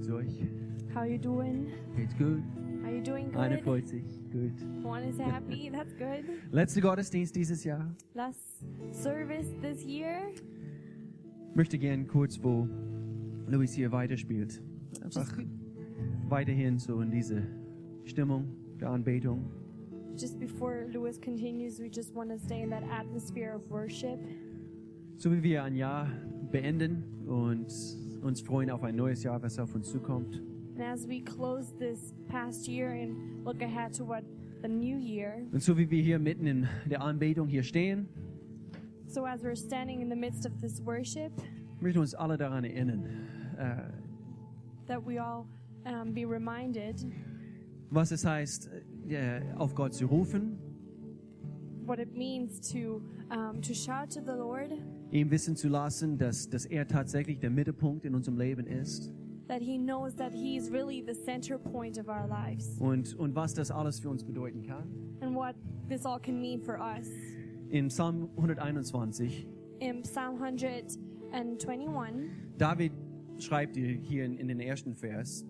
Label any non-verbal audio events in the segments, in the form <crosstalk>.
es euch? How you doing? Geht's gut? Are you doing Eine good? <laughs> freut sich. Gut. One is happy. That's good. Letzter Gottesdienst dieses Jahr. Last service this year. Möchte gern kurz, wo Luis hier weiterspielt. Einfach weiterhin so in diese Stimmung der Anbetung. Just before Lewis continues, we just want to stay in that atmosphere of worship. So wie wir ein Jahr beenden und uns freuen auf ein neues Jahr, was auf uns zukommt. And as we close this past year and look ahead to what the new year, Und so wie wir hier mitten in der Anbetung hier stehen, so as we're standing in the midst of this worship, möchten uns alle daran erinnern, äh, that we all um, be reminded was es heißt, äh, auf Gott zu rufen, what it means to um, to shout to the Lord ihm wissen zu lassen, dass, dass er tatsächlich der Mittelpunkt in unserem Leben ist that He knows that He is really the center point of our lives und, und was das alles für uns bedeuten kann. and what this all can mean for us. Im Psalm 121, In Psalm 121, David schreibt hier in, in den ersten Vers,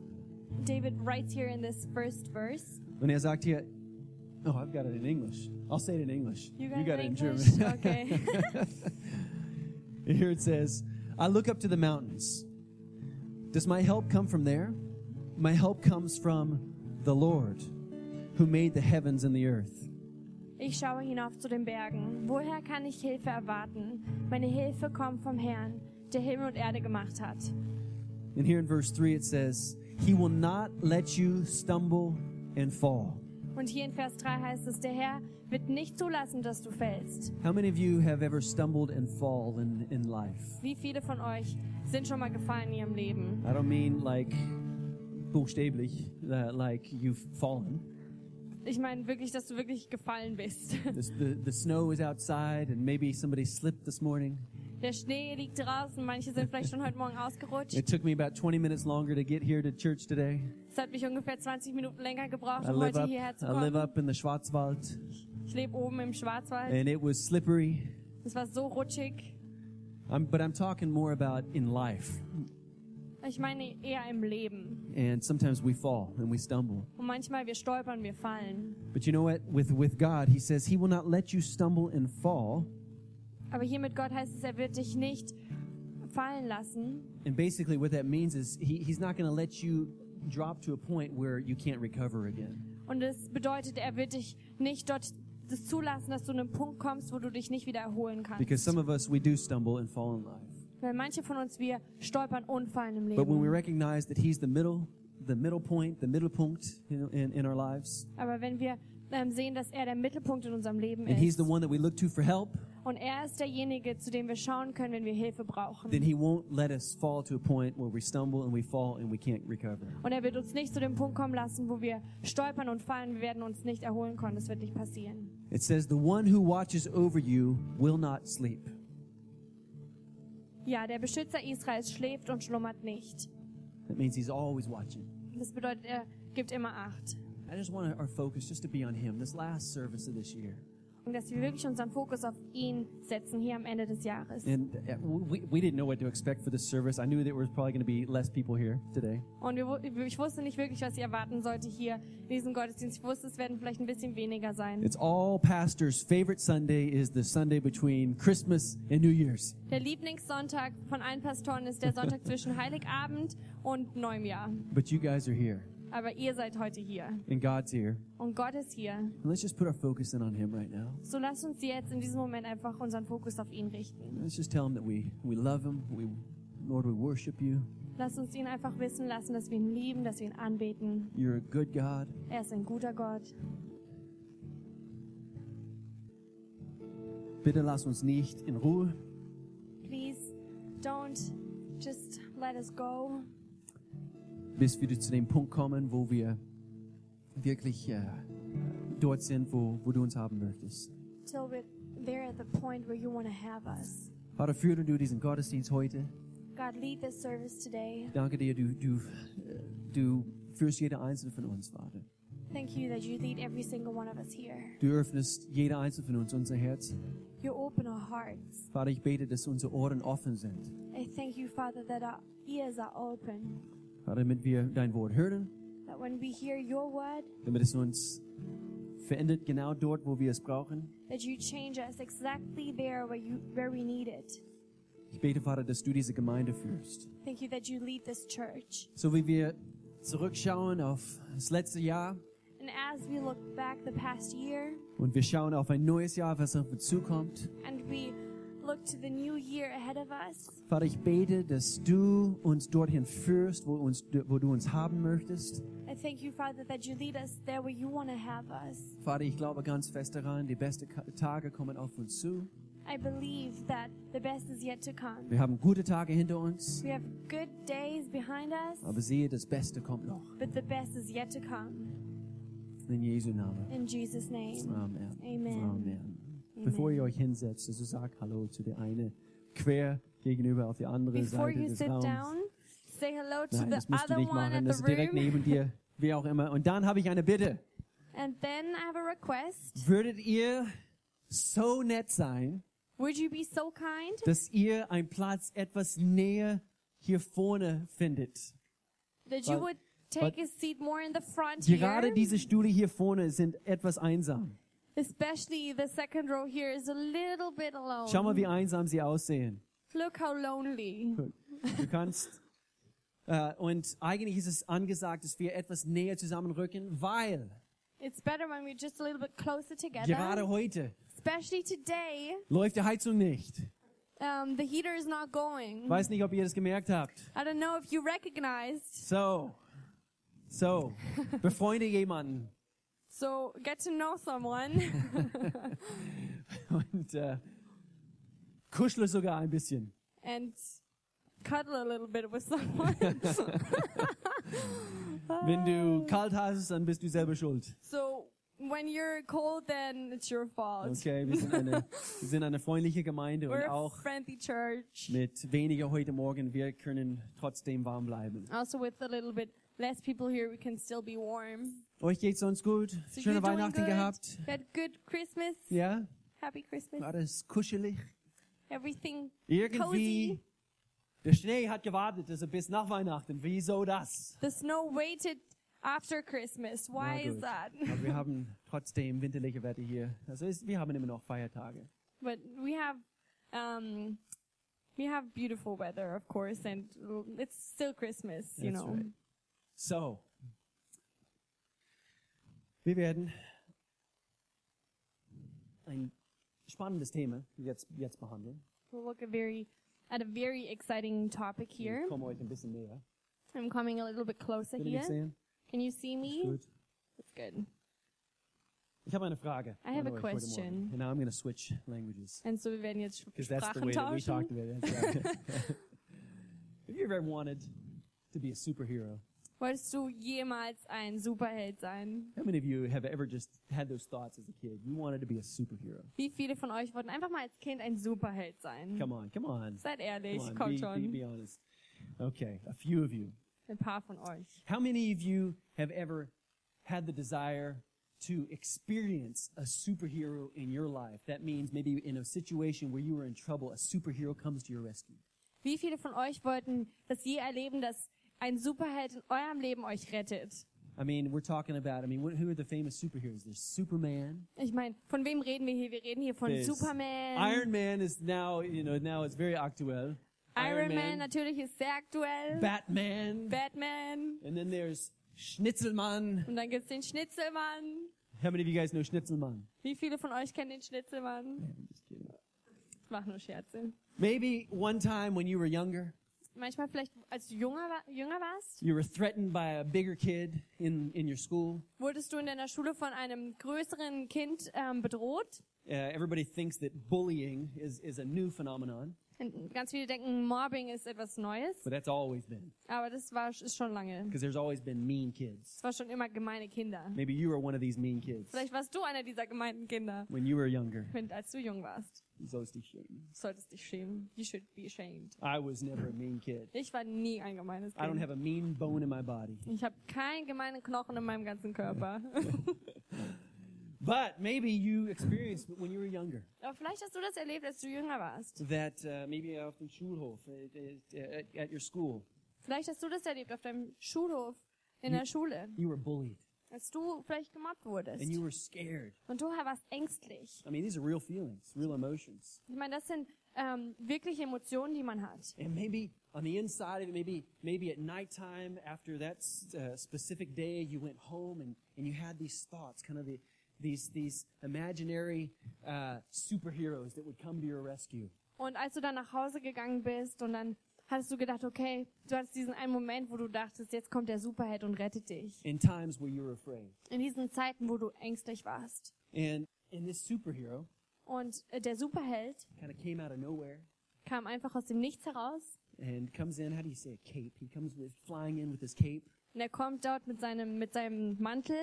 David writes here in this first verse. und er sagt hier, oh, I've got it in English. I'll say it in English. it in in German. <laughs> German. <laughs> okay. Here it says, I look up to the mountains. Does my help come from there? My help comes from the Lord, who made the heavens and the earth. Ich schaue hinauf zu den Bergen. Woher kann ich Hilfe erwarten? Meine Hilfe kommt vom Herrn, der Himmel und Erde gemacht hat. And here in verse 3 it says, He will not let you stumble and fall. Und hier in Vers 3 heißt es, der Herr wird nicht zulassen, dass du fällst. How many of you have ever stumbled and fall in, in life? Wie viele von euch sind schon mal gefallen in ihrem Leben? I don't mean like buchstäblich, uh, like you've fallen. Ich meine wirklich, dass du wirklich gefallen <laughs> bist. The, the, the snow is outside and maybe somebody slipped this morning. Der Schnee liegt draußen, manche sind vielleicht schon heute Morgen ausgerutscht. It took me about 20 minutes longer to get here to church today. Es hat mich ungefähr 20 Minuten länger gebraucht, I um live heute up, hierher zu I live kommen. up in the Schwarzwald, Ich lebe oben im Schwarzwald. and it was slippery. Es war so rutschig. I'm, but I'm talking more about in life, Ich meine eher im Leben. and sometimes we fall and we stumble. Und manchmal wir stolpern, wir fallen. But you know what? With with God, He says He will not let you stumble and fall. Aber hier mit Gott heißt es, er wird dich nicht fallen lassen. And basically, what that means is he, He's not going to let you drop to a point where you can't recover again. Und das bedeutet, er wird dich nicht dort das zulassen, dass du an einen Punkt kommst, wo du dich nicht wieder erholen Because kannst. some of us we do stumble and fall in life. Weil manche von uns, wir stolpern und fallen im But when we Leben. recognize that He's the middle, the middle point, the middle point you know, in, in our lives, Aber wenn wir ähm, sehen, dass er der Mittelpunkt in unserem Leben and He's ist the one that we look to for help, und er ist derjenige, zu dem wir schauen können, wenn wir Hilfe brauchen. then He won't let us fall to a point where we stumble and we fall and we can't recover. Und er wird uns nicht zu dem Punkt kommen lassen, wo wir stolpern und fallen. Wir werden uns nicht erholen können. Das wird nicht passieren. It says, The one who watches over you will not sleep. Ja, der Beschützer Israels schläft und schlummert nicht. That means He's always watching. Das bedeutet, er gibt immer Acht. I just want our focus just to be on Him this last service of this year. Und dass wir wirklich unseren Fokus auf ihn setzen, hier am Ende des Jahres. And uh, we, we didn't know what to expect for this service. I knew there was probably going to be less people here today. Und wir, wu- ich wusste nicht wirklich, was ich erwarten sollte hier in diesem Gottesdienst. Ich wusste, es werden vielleicht ein bisschen weniger sein. It's all pastors' favorite Sunday is the Sunday between Christmas and New Year's. Der Lieblingssonntag von allen Pastoren ist der Sonntag zwischen Heiligabend und Neujahr. But you guys are here, Aber ihr seid heute hier. and God's here. Und Gott ist hier. And let's just put our focus in on Him right now. So lasst uns jetzt in diesem Moment einfach unseren Fokus auf ihn richten. Let's just tell Him that we, we love Him. We, Lord, we worship You. Lasst uns ihn einfach wissen lassen, dass wir ihn lieben, dass wir ihn anbeten. You're a good God. Er ist ein guter Gott. Bitte lass uns nicht in Ruhe. Please don't just let us go. bis wir zu dem Punkt kommen, wo wir wirklich äh, dort sind, wo, wo du uns haben möchtest. till we're there at the point where you want to have us. Vater, führe du diesen Gottesdienst heute. God, lead this service today. Danke dir, du, du, äh, du führst jede einzelne von uns, Vater. Thank you that you lead every single one of us here. Du öffnest jede einzelne von uns unser Herz. You open our hearts. Vater, ich bete, dass unsere Ohren offen sind. I thank you, Father, that our ears are open. Vater, damit wir dein Wort hören, that when we hear your word, damit es uns verändert, genau dort, wo wir es brauchen. that you change us exactly there where, you, where we need it. Ich bete, Vater, dass du diese Gemeinde führst. Thank you that you lead this church. So wie wir zurückschauen auf das letzte Jahr And as we look back the past year und wir schauen auf ein neues Jahr, was auf uns zukommt. and we look to the new year ahead of us, Vater, ich bete, dass du uns dorthin führst, wo, uns, wo du uns haben möchtest. I thank you, Father, that you lead us there where you want to have us. Vater, ich glaube ganz fest daran, die besten Ka- Tage kommen auf uns zu. I believe that the best is yet to come. Wir haben gute Tage hinter uns, We have good days behind us, aber siehe, das Beste kommt noch. but the best is yet to come. In Jesu Namen. In Jesus' name. Amen. Amen. Amen. Bevor ihr euch hinsetzt, also sagt Hallo zu der eine quer gegenüber auf die andere Before Seite you des sit Raums. down, say hello to Nein, the das musst du other nicht one machen. at Das the ist direkt room. neben dir, wie auch immer. Und dann habe ich eine Bitte. And then I have a request. Würdet ihr so nett sein, Would you be so kind dass ihr einen Platz etwas näher hier vorne findet? that you Weil- would take weil- a seat more in the front Gerade here? diese Stühle hier vorne sind etwas einsam. Especially the second row here is a little bit alone. Schau mal, wie einsam sie aussehen. Look how lonely. Du kannst. <laughs> Äh, und eigentlich ist es angesagt, dass wir etwas näher zusammenrücken, weil It's better when we're just a little bit closer together. gerade heute Especially today, läuft die Heizung nicht. um, the heater is not going. Weiß nicht, ob ihr das gemerkt habt. I don't know if you recognized. So, so, befreunde jemanden. So get to know someone und äh, kuschle sogar ein bisschen. and cuddle a little bit with someone. Wenn du kalt hast, dann bist du selber schuld. so when you're cold, then it's your fault. Okay, wir sind eine, wir sind eine freundliche Gemeinde und We're a auch friendly church. mit weniger heute Morgen, wir können trotzdem warm bleiben. Also with a little bit less people here, we can still be warm. Euch geht's sonst gut? So Schöne you're doing Weihnachten good. gehabt? We had good Christmas. Ja? Happy Christmas. War das kuschelig? Everything. Irgendwie. Cozy. Der Schnee hat gewartet, also bis nach Weihnachten. Wieso das? The snow waited after Christmas. Why Na is gut. that? Aber wir haben trotzdem winterliche Wetter hier. Das ist, wir haben immer noch Feiertage. But we have, um, we have beautiful weather, of course, and l- it's still Christmas, you That's know. right. So. Wir werden ein spannendes Thema jetzt, jetzt behandeln. We'll look a very, at a very exciting topic here. Ich komme euch ein bisschen näher. I'm coming a little bit closer Könnt ihr mich here. sehen? Can you see me? Gut. That's good. Ich habe eine Frage. I have an a euch heute question. Äh, Morgen. And now I'm going to switch languages. And so wir werden jetzt Sp- Because that's the way Sprachen that we tauschen. talked about it. <laughs> Have you ever wanted to be a superhero? Wolltest du jemals ein Superheld sein? How many of you have ever just had those thoughts as a kid? You wanted to be a superhero. Wie viele von euch wollten einfach mal als Kind ein Superheld sein? Come on, come on. Seid ehrlich, Come on, kommt be, be, schon. be honest. Okay, a few of you. Ein paar von euch. How many of you have ever had the desire to experience a superhero in your life? That means maybe in a situation where you were in trouble, a superhero comes to your rescue. Wie viele von euch wollten das je erleben, dass ein Superheld in eurem Leben euch rettet? I mean, we're talking about, I mean, what, who are the famous superheroes? There's Superman. Ich meine, von wem reden wir hier? Wir reden hier von There's Superman. Iron Man is now, you know, now it's very actual. Iron Man, natürlich ist sehr aktuell. Batman. Batman. and then there's Schnitzelmann. Und dann gibt's den Schnitzelmann. How many of you guys know Schnitzelmann? Wie viele von euch kennen den Schnitzelmann? I'm just kidding. Ich mach nur Scherze. Maybe one time when you were younger, Manchmal vielleicht, als du junger, wa- jünger warst, you were threatened by a bigger kid in, in your school. Wurdest du in deiner Schule von einem größeren Kind ähm, bedroht? Uh, everybody thinks that bullying is, is a new phenomenon, Und Ganz viele denken, Mobbing ist etwas Neues, but that's always been, aber das war ist schon lange. because there's always been mean kids. Es war schon immer gemeine Kinder. Maybe you were one of these mean kids Vielleicht warst du einer dieser gemeinen Kinder, when you were younger. wenn, als du jung warst. Sollst dich schämen. Du solltest dich schämen. You should be ashamed. I was never a mean kid. Ich war nie ein gemeines I don't Kind. have a mean bone in my body. Ich habe keinen gemeinen Knochen in meinem <laughs> ganzen Körper. But maybe you experienced when you were younger aber vielleicht hast du das erlebt, als du jünger warst. that uh, maybe auf dem Schulhof, äh, äh, uh, at your school, Vielleicht hast du das erlebt auf deinem Schulhof, in Ja. der Schule, You were bullied als du vielleicht gemobbt wurdest. and you were scared. Und du warst ängstlich. I mean, these are real feelings, real emotions. Ich meine, das sind ähm, wirkliche Emotionen, die man hat. And maybe on the inside of it, maybe maybe at nighttime after that s- uh, specific day, you went home and, and you had these thoughts, kind of the, these these imaginary uh, superheroes that would come to your rescue. Und als du dann nach Hause gegangen bist und dann hattest du gedacht, okay, du hattest diesen einen Moment, wo du dachtest, jetzt kommt der Superheld und rettet dich. In times where you were afraid, In diesen Zeiten, wo du ängstlich warst. and and this superhero Und äh, der Superheld kind of came out of nowhere kam einfach aus dem Nichts heraus and comes in. How do you say a cape? He comes with flying in with his cape. und er kommt dort mit seinem, mit seinem Mantel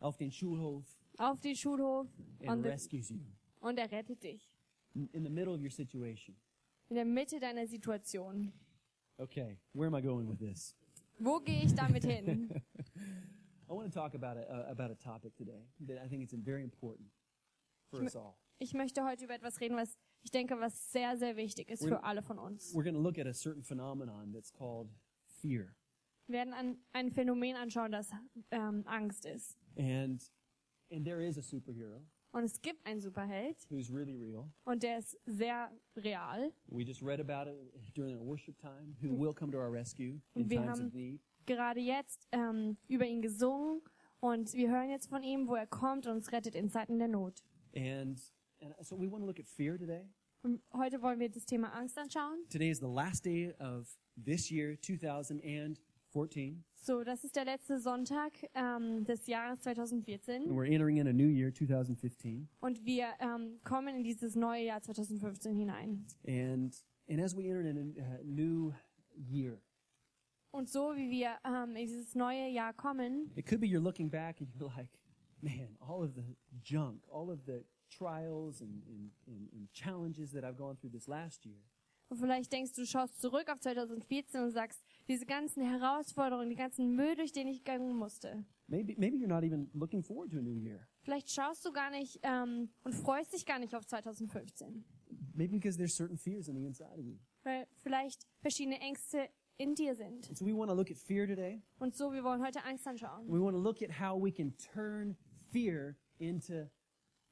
auf den Schulhof auf den Schulhof and und, rescues you und er rettet dich. in- in the middle of your situation. In der Mitte deiner Situation. Okay, where am I going with this? Wo gehe ich damit hin? I want to talk about a, uh, about a topic today that I think is very important for us all. Ich möchte heute über etwas reden, was ich denke, was sehr, sehr wichtig ist für alle von uns. We're going to look at a certain phenomenon that's called fear. Wir werden an ein Phänomen anschauen, das ähm, Angst ist. And and there is a superhero Und es gibt einen Superheld who's really real. und der ist sehr real. We just read about it during our worship time, who will come to our rescue in Wir times of haben- need. Gerade jetzt ähm, über ihn gesungen und wir hören jetzt von ihm, wo er kommt und uns rettet in Zeiten der Not. And and so we want to look at fear today. Und heute wollen wir das Thema Angst anschauen. Today is the last day of this year, 2014. So, das ist der letzte Sonntag ähm, des Jahres And 2014 we're entering in a new year, 2015. und wir ähm, kommen in dieses neue Jahr 2015 hinein. And, and as we enter in a uh, new year, Und so wie wir ähm, in dieses neue Jahr kommen, it could be you're looking back and you're like, man, all of the junk, all of the trials and, and, and, and challenges that I've gone through this last year, und vielleicht denkst du, schaust zurück auf 2014 und sagst, diese ganzen Herausforderungen, die ganzen Müll, durch den ich gehen musste. maybe, maybe you're not even looking forward to a new year. Vielleicht schaust du gar nicht ähm, und freust dich gar nicht auf 2015, Maybe because there's certain fears on the inside of you. weil vielleicht verschiedene Ängste in dir sind. And so we want to look at fear today. Und so, wir wollen heute Angst anschauen. We want to look at how we can turn fear into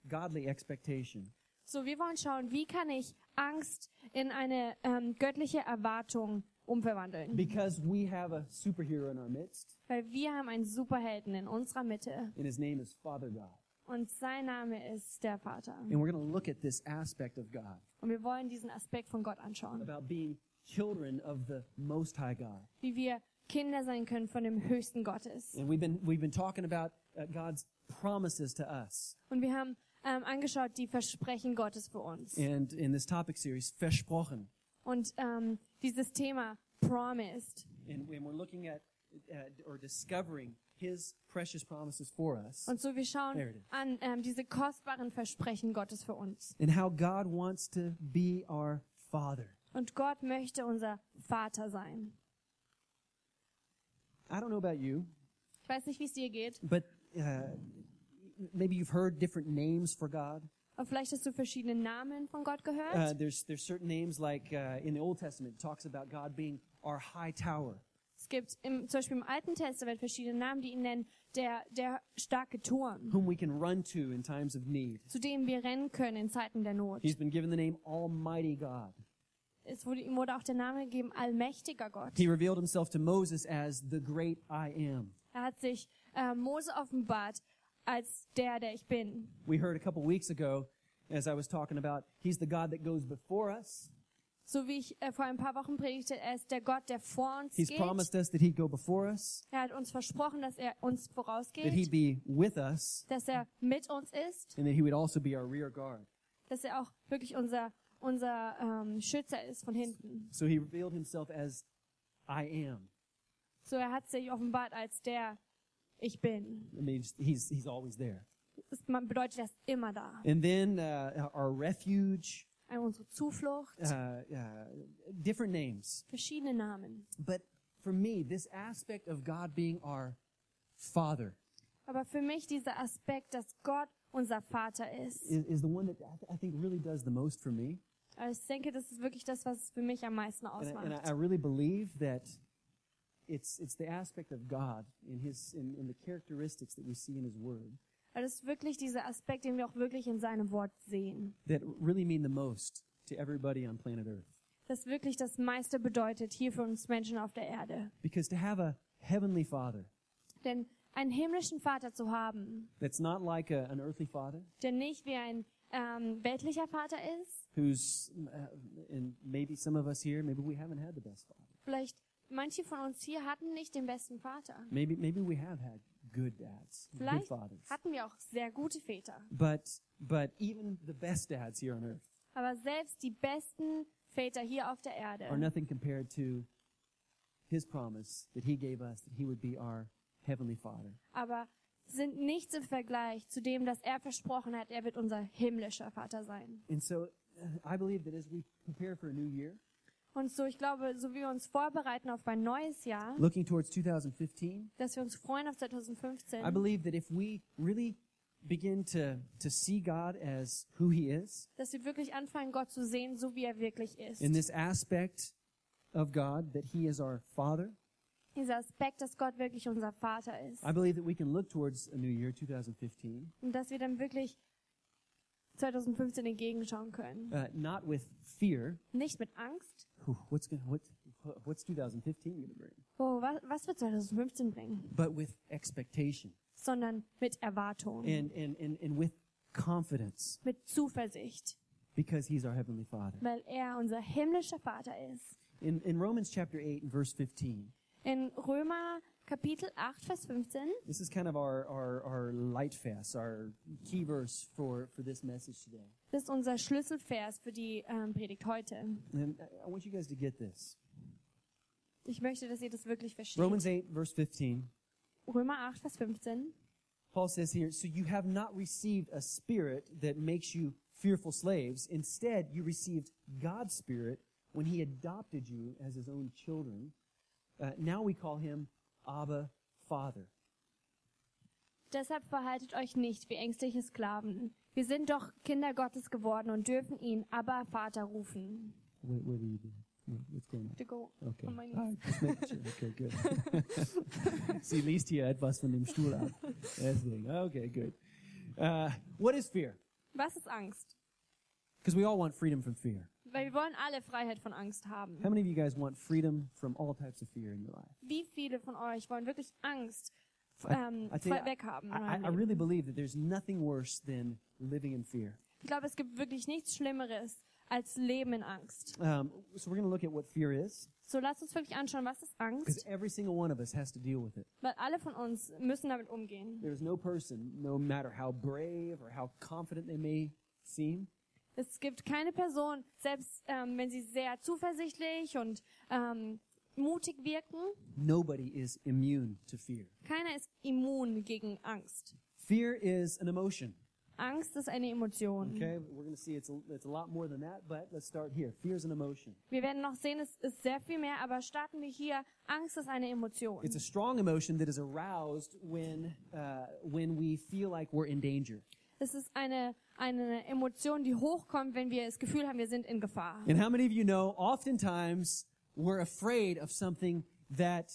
godly expectation. So, wir wollen schauen, wie kann ich Angst in eine ähm, göttliche Erwartung umverwandeln. Because we have a superhero in our midst, Weil wir haben einen Superhelden in unserer Mitte and his name is Father God. und sein Name ist der Vater. And we're going to look at this aspect of God, Und wir wollen diesen Aspekt von Gott anschauen, about being children of the Most High God. wie wir Kinder sein können von dem höchsten Gottes. And we've been, we've been talking about uh, God's promises to us. Und wir haben ähm, angeschaut die Versprechen Gottes für uns. And in this topic series, Versprochen. Und ähm, dieses Thema Promised. And, and we're looking at uh, or discovering his precious promises for us Und so wir There it schauen is. an ähm, diese kostbaren Versprechen Gottes für uns. and how God wants to be our Father. Und Gott möchte unser Vater sein. I don't know about you, Ich weiß nicht, wie es dir geht, but uh, maybe you've heard different names for God. aber vielleicht hast du verschiedene Namen von Gott Uh, gehört. there's there's certain names like uh, in the Old Testament it talks about God being our high tower, Es gibt im, zum Beispiel im Alten Testament verschiedene Namen, die ihn nennen, der, der starke Turm, whom we can run to in times of need. zu dem wir rennen können in Zeiten der Not. He's been given the name Almighty God. Es wurde, ihm wurde auch der Name gegeben, allmächtiger Gott. He revealed himself to Moses as the great I am. Er hat sich äh, Mose offenbart als der, der ich bin. We heard a couple weeks ago, as I was talking about, he's the God that goes before us. So wie ich äh, vor ein paar Wochen predigte, er ist der Gott, der vor uns He's geht. promised us that he'd go before us, Er hat uns versprochen, dass er uns that he'd vorausgeht, be with us, dass er mit uns ist, and that he would also be our rear guard. dass er auch wirklich unser, unser ähm, Schützer ist von hinten. So he revealed himself as I am. So er hat sich offenbart als der ich bin. I mean, he's, he's always there. Das man bedeutet, er ist immer da. And then uh, our refuge, An unsere Zuflucht, uh, uh, different names. verschiedene Namen. But for me, this aspect of God being our Father Aber für mich dieser Aspekt, dass Gott unser Vater ist. is, is the one that I, th- I think really does the most for me. Also ich denke, das ist wirklich das, was es für mich am meisten And, I, and I- ausmacht. I really believe that it's, it's the aspect of God in, his, in, in the characteristics that we see in His Word Aber das ist wirklich dieser Aspekt, den wir auch wirklich in seinem Wort sehen. that really mean the most to everybody on planet Earth. Das wirklich das meiste bedeutet hier für uns Menschen auf der Erde. Because to have a heavenly Father Denn einen himmlischen Vater zu haben, that's not like a, an earthly Father der nicht wie ein ähm, weltlicher Vater ist, who's, uh, and maybe some of us here, maybe we haven't had the best Father. vielleicht manche von uns hier hatten nicht den besten Vater. Maybe, maybe we have had good dads, good Vielleicht fathers. hatten wir auch sehr gute Väter. But, but even the best dads here on earth Aber selbst die besten Väter hier auf der are Erde nothing compared to his promise that he gave us that he would be our heavenly father. aber sind nichts im Vergleich zu dem, dass er versprochen hat, er wird unser himmlischer Vater sein. And so uh, I believe that as we prepare for a new year, Und so, ich glaube, so wie wir uns vorbereiten auf ein neues Jahr, looking towards 2015, dass wir uns freuen auf I 2015, believe that if we really begin to, to see God as who he is, dass wir wirklich anfangen, Gott zu sehen, so wie er wirklich ist. in this aspect of God, that he is our father, Dieser Aspekt, dass Gott wirklich unser Vater ist. I believe that we can look towards a new year, 2015, Und dass wir dann wirklich 2015 entgegenschauen können. uh, not with fear. Nicht mit Angst. Whew, what's gonna, what, what's 2015 going to bring? Oh, was, was wird 2015 bringen? But with expectation Sondern mit Erwartung. and, and, and, and with confidence mit Zuversicht. because he's our heavenly father. Weil er unser himmlischer Vater ist. In, in Romans chapter 8 and verse 15, In Römer Kapitel 8, Vers 15. this is kind of our, our, our light fast, our key verse for, for this message today. Das ist unser Schlüsselvers für die ähm, Predigt heute. And I- I want you guys to get this. Ich möchte, dass ihr das wirklich versteht. Romans 8 verse 15. Römer 8, Vers 15. Paul says here, so you have not received a spirit that makes you fearful slaves. Instead, you received God's spirit when he adopted you as his own children. Uh, now we call him Abba Father. Deshalb verhaltet euch nicht wie ängstliche Sklaven. Wir sind doch Kinder Gottes geworden und dürfen ihn aber Vater rufen. Wait, what are you doing? What- What's going To go on? Okay. on my knees. All right, just making sure. Okay, good. <laughs> Sie liest hier etwas von dem Stuhl ab. Deswegen. Okay, good. Uh, what is fear? Was ist Angst? Because we all want freedom from fear. Weil wir wollen alle Freiheit von Angst haben. How many of you guys want freedom from all types of fear in your life? Wie viele von euch wollen wirklich Angst f- I- ähm, I tell you, voll weghaben? in I, I- eurem I Leben? really believe that there's nothing worse than living in fear. Ich glaube, es gibt wirklich nichts Schlimmeres als Leben in Angst. Um, so we're going to look at what fear is, So lasst uns wirklich anschauen, was ist because Angst? every single one of us has to deal with it. Weil alle von uns müssen damit umgehen. There's no person, no matter how brave or how confident they may seem, Es gibt keine Person, selbst ähm, wenn sie sehr zuversichtlich und ähm, mutig wirken, nobody is immune to fear. keiner ist immun gegen Angst. Fear is an emotion. Angst ist eine Emotion. Okay, we're going to see it's a, it's a lot more than that, but let's start here. Fear is an emotion. Wir werden noch sehen, es ist sehr viel mehr, aber starten wir hier. Angst ist eine Emotion. It's a strong emotion that is aroused when uh, when we feel like we're in danger. Es ist eine, eine Emotion, die hochkommt, wenn wir das Gefühl haben, wir sind in Gefahr. And how many of you know, oftentimes we're afraid of something that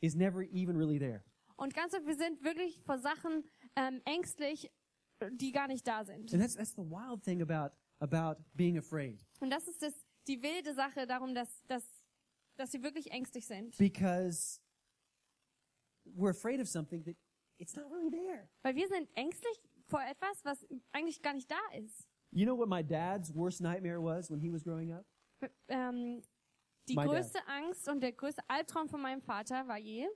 is never even really there? Und ganz oft, wir sind wirklich vor Sachen ähm, ängstlich, die gar nicht da sind. And that's, that's the wild thing about, about being afraid. Und das ist das, die wilde Sache darum, dass, dass, dass wir wirklich ängstlich sind. Because we're afraid of something that it's not really there. Weil wir sind ängstlich vor etwas, was eigentlich gar nicht da ist. You know what my dad's worst nightmare was when he was growing up? Ähm, die My dad. größte Angst und der größte Albtraum von meinem Vater war je,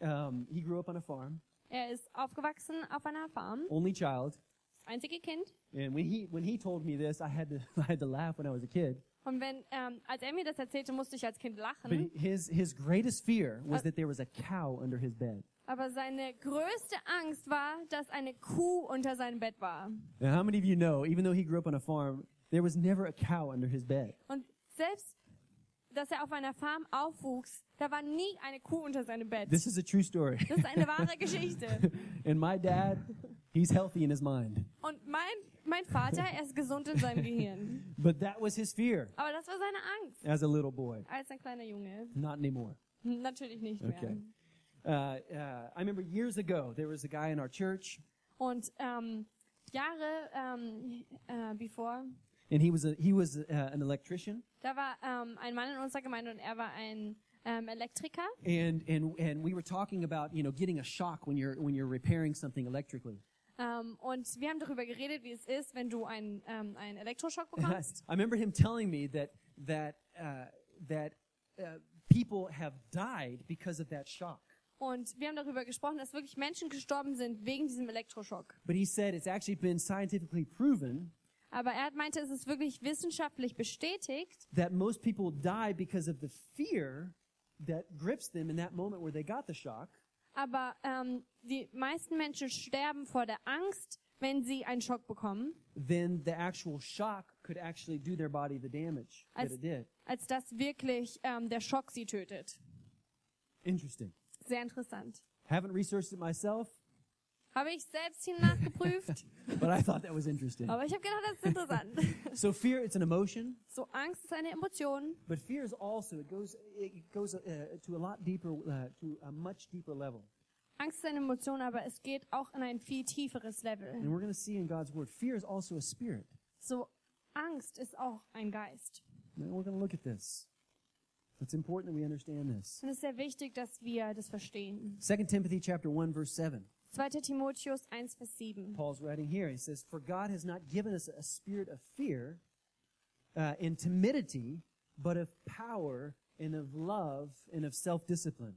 Um, he grew up on a farm, er ist aufgewachsen auf einer Farm, only child. das einzige Kind. And when he, when he told me this, I had, to, <laughs> I had to laugh when I was a kid. Und wenn, ähm, als er mir das erzählte, musste ich als Kind But lachen. his, his greatest fear was that there was a cow under his bed. Aber seine größte Angst war, dass eine Kuh unter seinem Bett war. Now, how many of you know, even though he grew up on a farm, there was never a cow under his bed? Und selbst, dass er auf einer Farm aufwuchs, da war nie eine Kuh unter seinem Bett. This is a true story. <laughs> das ist eine wahre Geschichte. and my dad, he's healthy in his mind. Und mein, mein Vater, er ist gesund in seinem Gehirn. But that was his fear Aber das war seine Angst as a little boy. als ein kleiner Junge. <laughs> Not anymore. Natürlich nicht mehr. Okay. Uh, uh, I remember years ago, there was a guy in our church, Und ähm, Jahre ähm, äh, bevor, and he was, a, he was uh, an electrician. da war ähm, ein Mann in unserer Gemeinde und er war ein ähm, Elektriker. And, and, and we were talking about, you know, getting a shock when you're, when you're repairing something electrically. Ähm, und wir haben darüber geredet, wie es ist, wenn du einen, ähm, einen Elektroschock And I, bekommst. <laughs> I remember him telling me that, that, uh, that uh, people have died because of that shock. Und wir haben darüber gesprochen, dass wirklich Menschen gestorben sind wegen diesem Elektroschock. But he said it's actually been scientifically proven Aber er meinte, es ist wirklich wissenschaftlich bestätigt, that most people die because of the fear that grips them in that moment where they got the shock. aber ähm, die meisten Menschen sterben vor der Angst, wenn sie einen Schock bekommen, Then the actual shock could actually do their body the damage I that s- it did. als dass wirklich ähm, der Schock sie tötet. Interesting. Sehr interessant. Haven't researched it myself, Habe ich selbst hier nachgeprüft, but I thought that was <laughs> interesting. aber ich habe gedacht, das ist interessant. So fear, it's an emotion, So Angst ist eine Emotion, but fear is also it goes it goes uh, to a lot deeper uh, to a much deeper level. Angst ist eine Emotion, aber es geht auch in ein viel And tieferes Level. we're going to see in God's word, fear is also a spirit. So Angst ist auch ein Geist. And we're going to look at this. It's important that we understand this. Und es ist sehr wichtig, dass wir das verstehen. 2 Timothy chapter 1 verse 7. 2. Timotheus 1, Vers 7. Paul's writing here. He says, "For God has not given us a spirit of fear uh, and timidity, but of power and of love and of self-discipline."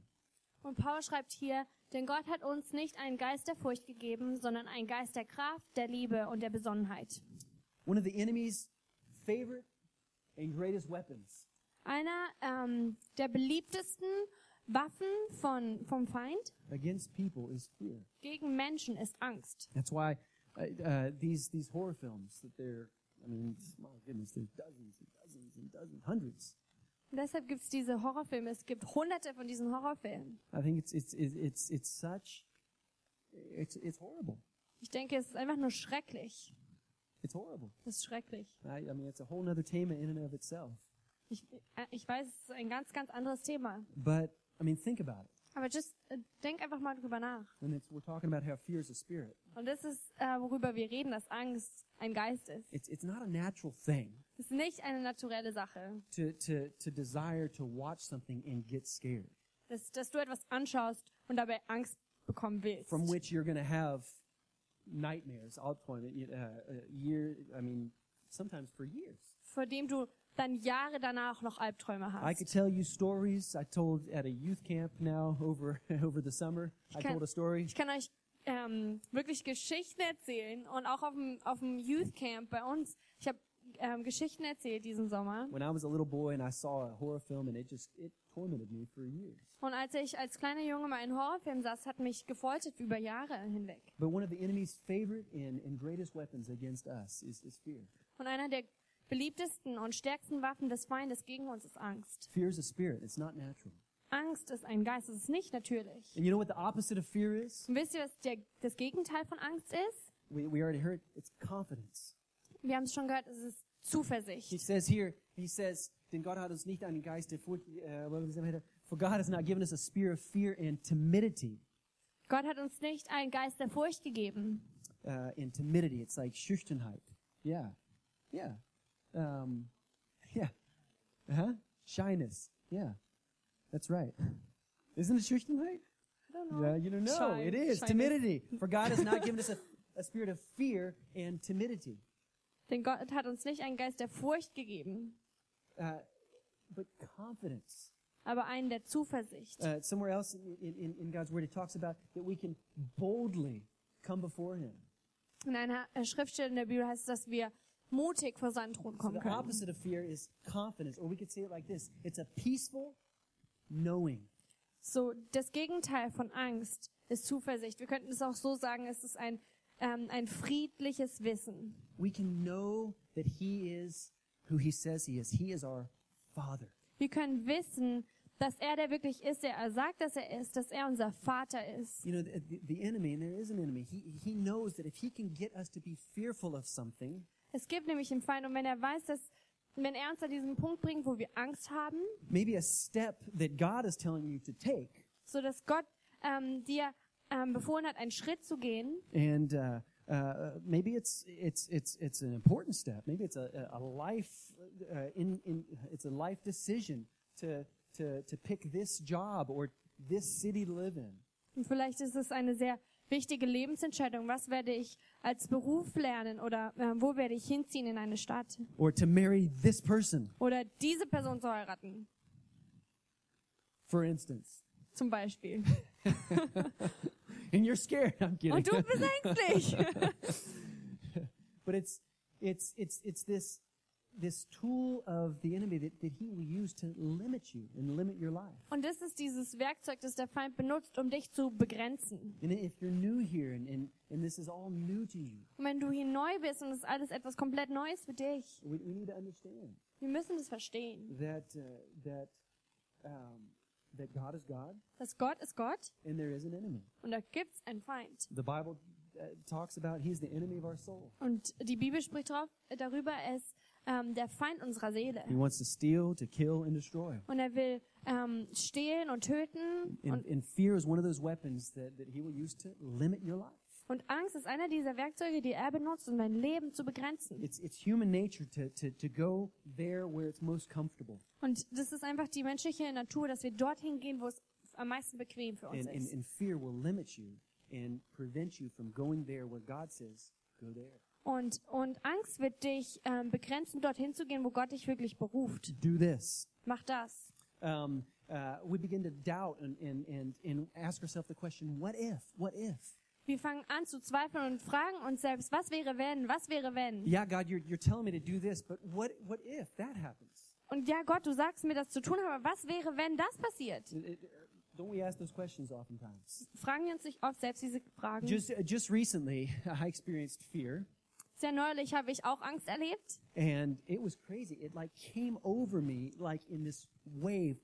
Und Paul schreibt hier, denn Gott hat uns nicht einen Geist der Furcht gegeben, sondern einen Geist der Kraft, der Liebe und der Besonnenheit. One of the enemy's favorite and greatest weapons Einer ähm, der beliebtesten Waffen von, vom Feind against people is fear. gegen Menschen ist Angst. That's why uh, uh, these these horror films that they're I mean, my goodness, there's dozens and dozens and dozens, hundreds. Und deshalb gibt es diese Horrorfilme. Es gibt hunderte von diesen Horrorfilmen. I think it's it's it's it's, it's such it's it's horrible. Ich denke, es ist einfach nur schrecklich. It's horrible. Es ist schrecklich. I, I mean, it's a whole other theme in and of itself. Ich, äh, ich weiß, es ist ein ganz, ganz anderes Thema. But I mean, think about it. Aber just, äh, denk einfach mal drüber nach. And it's, we're talking about how fear is a spirit. Und das ist, äh, worüber wir reden, dass Angst ein Geist ist. It's it's not a natural thing Es ist nicht eine naturelle Sache, to to to desire to watch something and get scared, dass, dass du etwas anschaust und dabei Angst bekommen willst. from which you're going to have nightmares, outpoint, uh, uh, year. I mean, sometimes for years. vor dem du dann Jahre danach noch Albträume I hast. could tell you stories I told at a youth camp now over <laughs> over the summer. I Can- told a story. Ich kann euch ähm, wirklich Geschichten erzählen und auch auf dem, auf dem Youth Camp bei uns. Ich habe ähm, Geschichten erzählt diesen Sommer. When I was a little boy and I saw a horror film and it just it tormented me for years. Und als ich als kleiner Junge mal in Horrorfilm saß, hat mich gefoltert über Jahre hinweg. But one of the enemy's favorite and, and greatest weapons against us is, is fear. Und einer der beliebtesten und stärksten Waffen des Feindes gegen uns ist Angst. Fear is a spirit, it's not natural. Angst ist ein Geist, es ist nicht natürlich. And you know what the opposite of fear is? Und wisst ihr, was der, das Gegenteil von Angst ist? We, we already heard it's confidence. Wir haben es schon gehört, es ist He Zuversicht. says here, he says, Denn Gott hat uns nicht einen Geist der Furcht, äh, was haben wir da? for God has not given us a spirit of fear and timidity. Gott hat uns nicht einen Geist der Furcht gegeben. Uh, and timidity, it's like Schüchternheit. Yeah. Yeah. Um, yeah. Huh? Shyness. Yeah. That's right. Isn't it Schüchternheit? I don't know. Yeah, you don't know. Shy- it is shyness. timidity. For God has not given us a, a spirit of fear and timidity. Denn Gott hat uns nicht einen Geist der Furcht gegeben, Uh, but confidence. aber einen der Zuversicht. Uh, somewhere else in, in, in God's Word, it talks about that we can boldly come before Him. In einer äh, Schriftstelle in der Bibel heißt es, dass wir mutig vor seinen Thron So kommen the können. opposite of fear is confidence, or we could say it like this it's a peaceful knowing. So, das Gegenteil von Angst ist Zuversicht. Wir könnten es auch so sagen, es ist ein, ähm, ein friedliches Wissen. We can know that He is who He says He is, He is our Father. Wir können wissen, dass er der wirklich ist, der er sagt, dass er ist, dass er unser Vater ist. You know, the, the- the enemy, and there is an enemy, he, he knows that if he can get us to be fearful of something, Es gibt nämlich den Feind, und wenn er weiß, dass wenn er uns an diesen Punkt bringt, wo wir Angst haben, maybe a step that God is telling you to take. so dass Gott ähm, dir ähm, befohlen hat, einen Schritt zu gehen. And uh, uh, maybe it's it's it's it's an important step. Maybe it's a, a a life uh, in in it's a life decision to to to pick this job or this city to live in. Und vielleicht ist es eine sehr wichtige Lebensentscheidung. Was werde ich als Beruf lernen oder ähm, wo werde ich hinziehen in eine Stadt? or to marry this person, Oder diese Person zu heiraten, for instance. zum Beispiel. And you're scared. <laughs> I'm kidding. Und du bist ängstlich. <laughs> But it's it's it's it's this this tool of the enemy that, that he will use to limit you and limit your life. Und das ist dieses Werkzeug, das der Feind benutzt, um dich zu begrenzen. And if you're new here and, and, and this is all new to you, Und wenn du hier neu bist und es ist alles etwas komplett Neues für dich, we, we need to understand wir müssen das verstehen. that uh, that um, that God is God Dass Gott ist Gott and there is an enemy. und da gibt's einen Feind. The Bible uh, talks about he's the enemy of our soul. Und die Bibel spricht drauf, darüber, er ist ähm, der Feind unserer Seele. He wants to steal, to kill, and destroy. Und er will ähm, stehlen und töten. And, Und, and fear is one of those weapons that, that he will use to limit your life. und Angst ist einer dieser Werkzeuge, die er benutzt, um dein Leben zu begrenzen. It's, it's human nature to, to, to go there where it's most comfortable. Und das ist einfach die menschliche Natur, dass wir dorthin gehen, wo es am meisten bequem für uns And, and, ist. and fear will limit you and prevent you from going there where God says, go there. Und, und Angst wird dich ähm, begrenzen, dorthin zu gehen, wo Gott dich wirklich beruft. Do this. Mach das. Um, uh, we begin to doubt and, and, and, and ask ourselves the question, what if? What if? Wir fangen an zu zweifeln und fragen uns selbst, was wäre wenn, was wäre wenn? Yeah, God, you're, you're telling me to do this, but what, what if that happens? Und ja, Gott, du sagst mir das zu tun, aber was wäre, wenn das passiert? It- it- don't we ask those questions oftentimes? Fragen wir uns nicht oft selbst diese Fragen. Just, uh, just recently, <laughs> I experienced fear. Sehr neulich habe ich auch Angst erlebt and it was crazy it like came over me like in this wave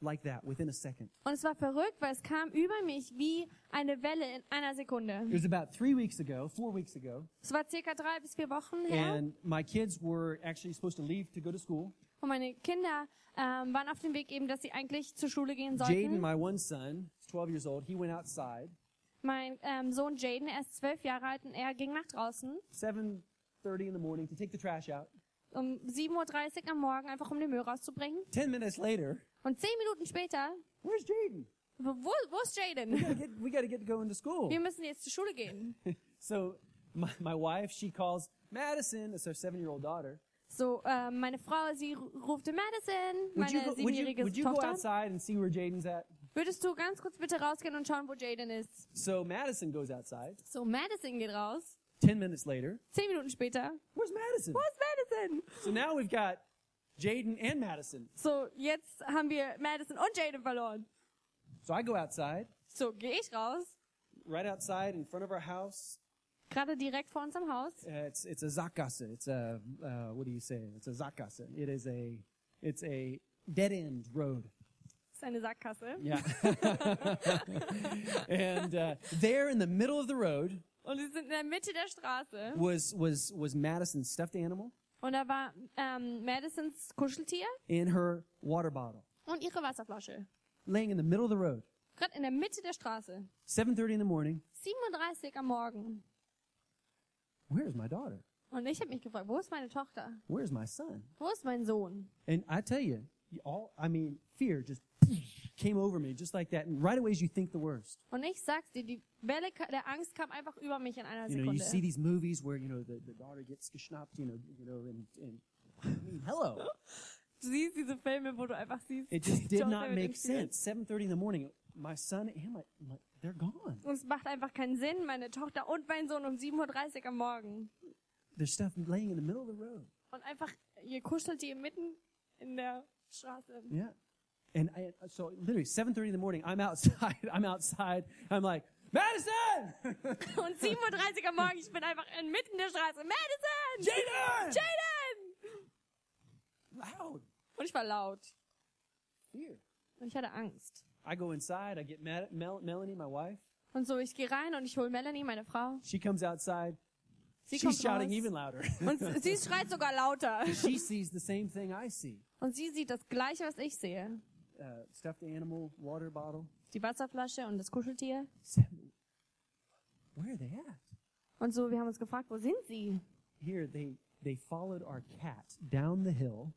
like that within a second und es war verrückt, weil es kam über mich wie eine Welle in einer Sekunde. it was about three weeks ago four weeks ago Es war circa drei bis vier Wochen her and my kids were actually supposed to leave to go to school und meine Kinder ähm, waren auf dem Weg eben, dass sie eigentlich zur Schule gehen jaden sollten. my one son is 12 years old he went outside Mein ähm, Sohn Jaden, er ist zwölf Jahre alt und er ging nach draußen 7.30 in the morning to take the trash out um 7.30 Uhr am Morgen, einfach um den Müll rauszubringen. 10 minutes later Und zehn Minuten später, where's jaden wo, wo- wo ist we <laughs> gotta Jaden? get, we gotta get going to school Wir müssen jetzt zur Schule gehen. so my, my wife she calls madison it's our seven-year-old daughter So, ähm, meine Frau, sie ru- rufte Madison, would you, meine go, would, you, siebenjährige would you go Tochter. outside and see where jaden's at Würdest du ganz kurz bitte rausgehen und schauen, wo Jaden ist? So Madison goes outside. So, Madison geht raus. Ten minutes later, Zehn Minuten später. where's Madison? Wo ist Madison? So now we've got Jaden and Madison. So, jetzt haben wir Madison und Jaden verloren. So I go outside, So, gehe ich raus. right outside in front of our house. Gerade direkt vor unserem Haus. Uh, it's it's a zakasa. It's a uh, what do you say? It's a zakasa. It is a it's a dead end road. ist eine Sackkasse. Yeah. <laughs> and uh, there in the middle of the road Und wir sind in der Mitte der Straße. was was was Madison's stuffed animal Und da war ähm, Madisons Kuscheltier in her water bottle, und ihre Wasserflasche. laying in the middle of the road. Gerade in der Mitte der Straße. 7:30 in the morning. 7.30 Uhr am Morgen. Where is my daughter? Und ich habe mich gefragt, wo ist meine Tochter? Where's my son? Wo ist mein Sohn? And I tell you, you all I mean, fear just came over me just like that. And right away, you think the worst. Und ich sag's dir, die Welle ka- der Angst kam einfach über mich in einer You know, you see Sekunde. these movies where you know the, the daughter gets geschnappt, you know, you know, and, and I mean, hello, Du siehst diese Filme, wo du einfach siehst. it die just did Tochter not wird make entführt. sense. Seven thirty in the morning, my son and my, my they're gone. Und es macht einfach keinen Sinn, meine Tochter und mein Sohn um 7.30 Uhr am Morgen. There's stuff laying in the middle of the road. Und einfach, ihr kuschelt ihr mitten in der <laughs> Straße. Yeah. And I, so literally 7.30 in the morning, I'm outside, <laughs> I'm outside, I'm like, Madison! Und 7.30 Uhr am Morgen, ich bin einfach inmitten der Straße. Madison! Jaden! Jaden! Loud. Und ich war laut. Fear. Und ich hatte Angst. I go inside, I get Mel- Mel- Melanie, my wife, Und so, ich gehe rein und ich hole Melanie, meine Frau. She comes outside. Sie She's kommt shouting even raus louder. <laughs> und sie schreit sogar lauter. she sees the same thing I see. Und sie sieht das Gleiche, was ich sehe. Uh, stuffed animal, water bottle. Die Wasserflasche und das Kuscheltier. Seven. Where are they at? Und so, wir haben uns gefragt, wo sind sie? Here, they, they followed our cat down the hill.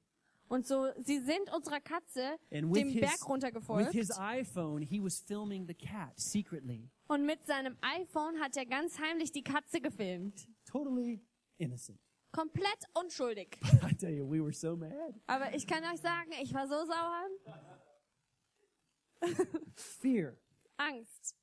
Und so, sie sind unserer Katze And with dem his- Berg runtergefolgt. With his iPhone, he was filming the cat secretly. und mit seinem iPhone hat er ganz heimlich die Katze gefilmt. Totally innocent. <laughs> Komplett unschuldig. I tell you, we were so mad. Aber ich kann euch sagen, ich war so sauer. Fear. Angst.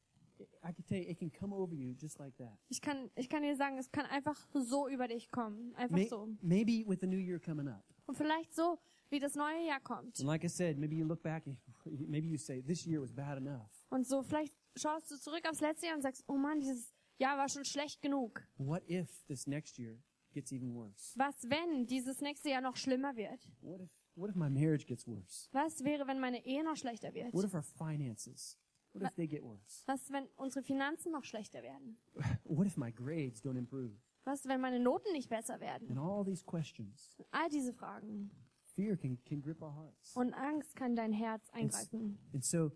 I can tell you, it can come over you just like that. Ich kann, ich kann dir sagen, es kann einfach so über dich kommen. Einfach May- so. Maybe with the new year coming up. Und vielleicht so, wie das neue Jahr kommt. And like I said, maybe you look back and <laughs> maybe you say, this year was bad enough. Und so, vielleicht schaust du zurück aufs letzte Jahr und sagst, oh Mann, dieses Jahr war schon schlecht genug. What if this next year gets even worse? Was, wenn dieses nächste Jahr noch schlimmer wird? What if, what if my marriage gets worse? Was wäre, wenn meine Ehe noch schlechter wird? What if our finances? What if they get worse? Was, wenn unsere Finanzen noch schlechter werden? What if my grades don't improve? Was, wenn meine Noten nicht besser werden? And all these questions, All diese Fragen. fear can, can grip our hearts. Und Angst kann dein Herz And, s- eingreifen. and so,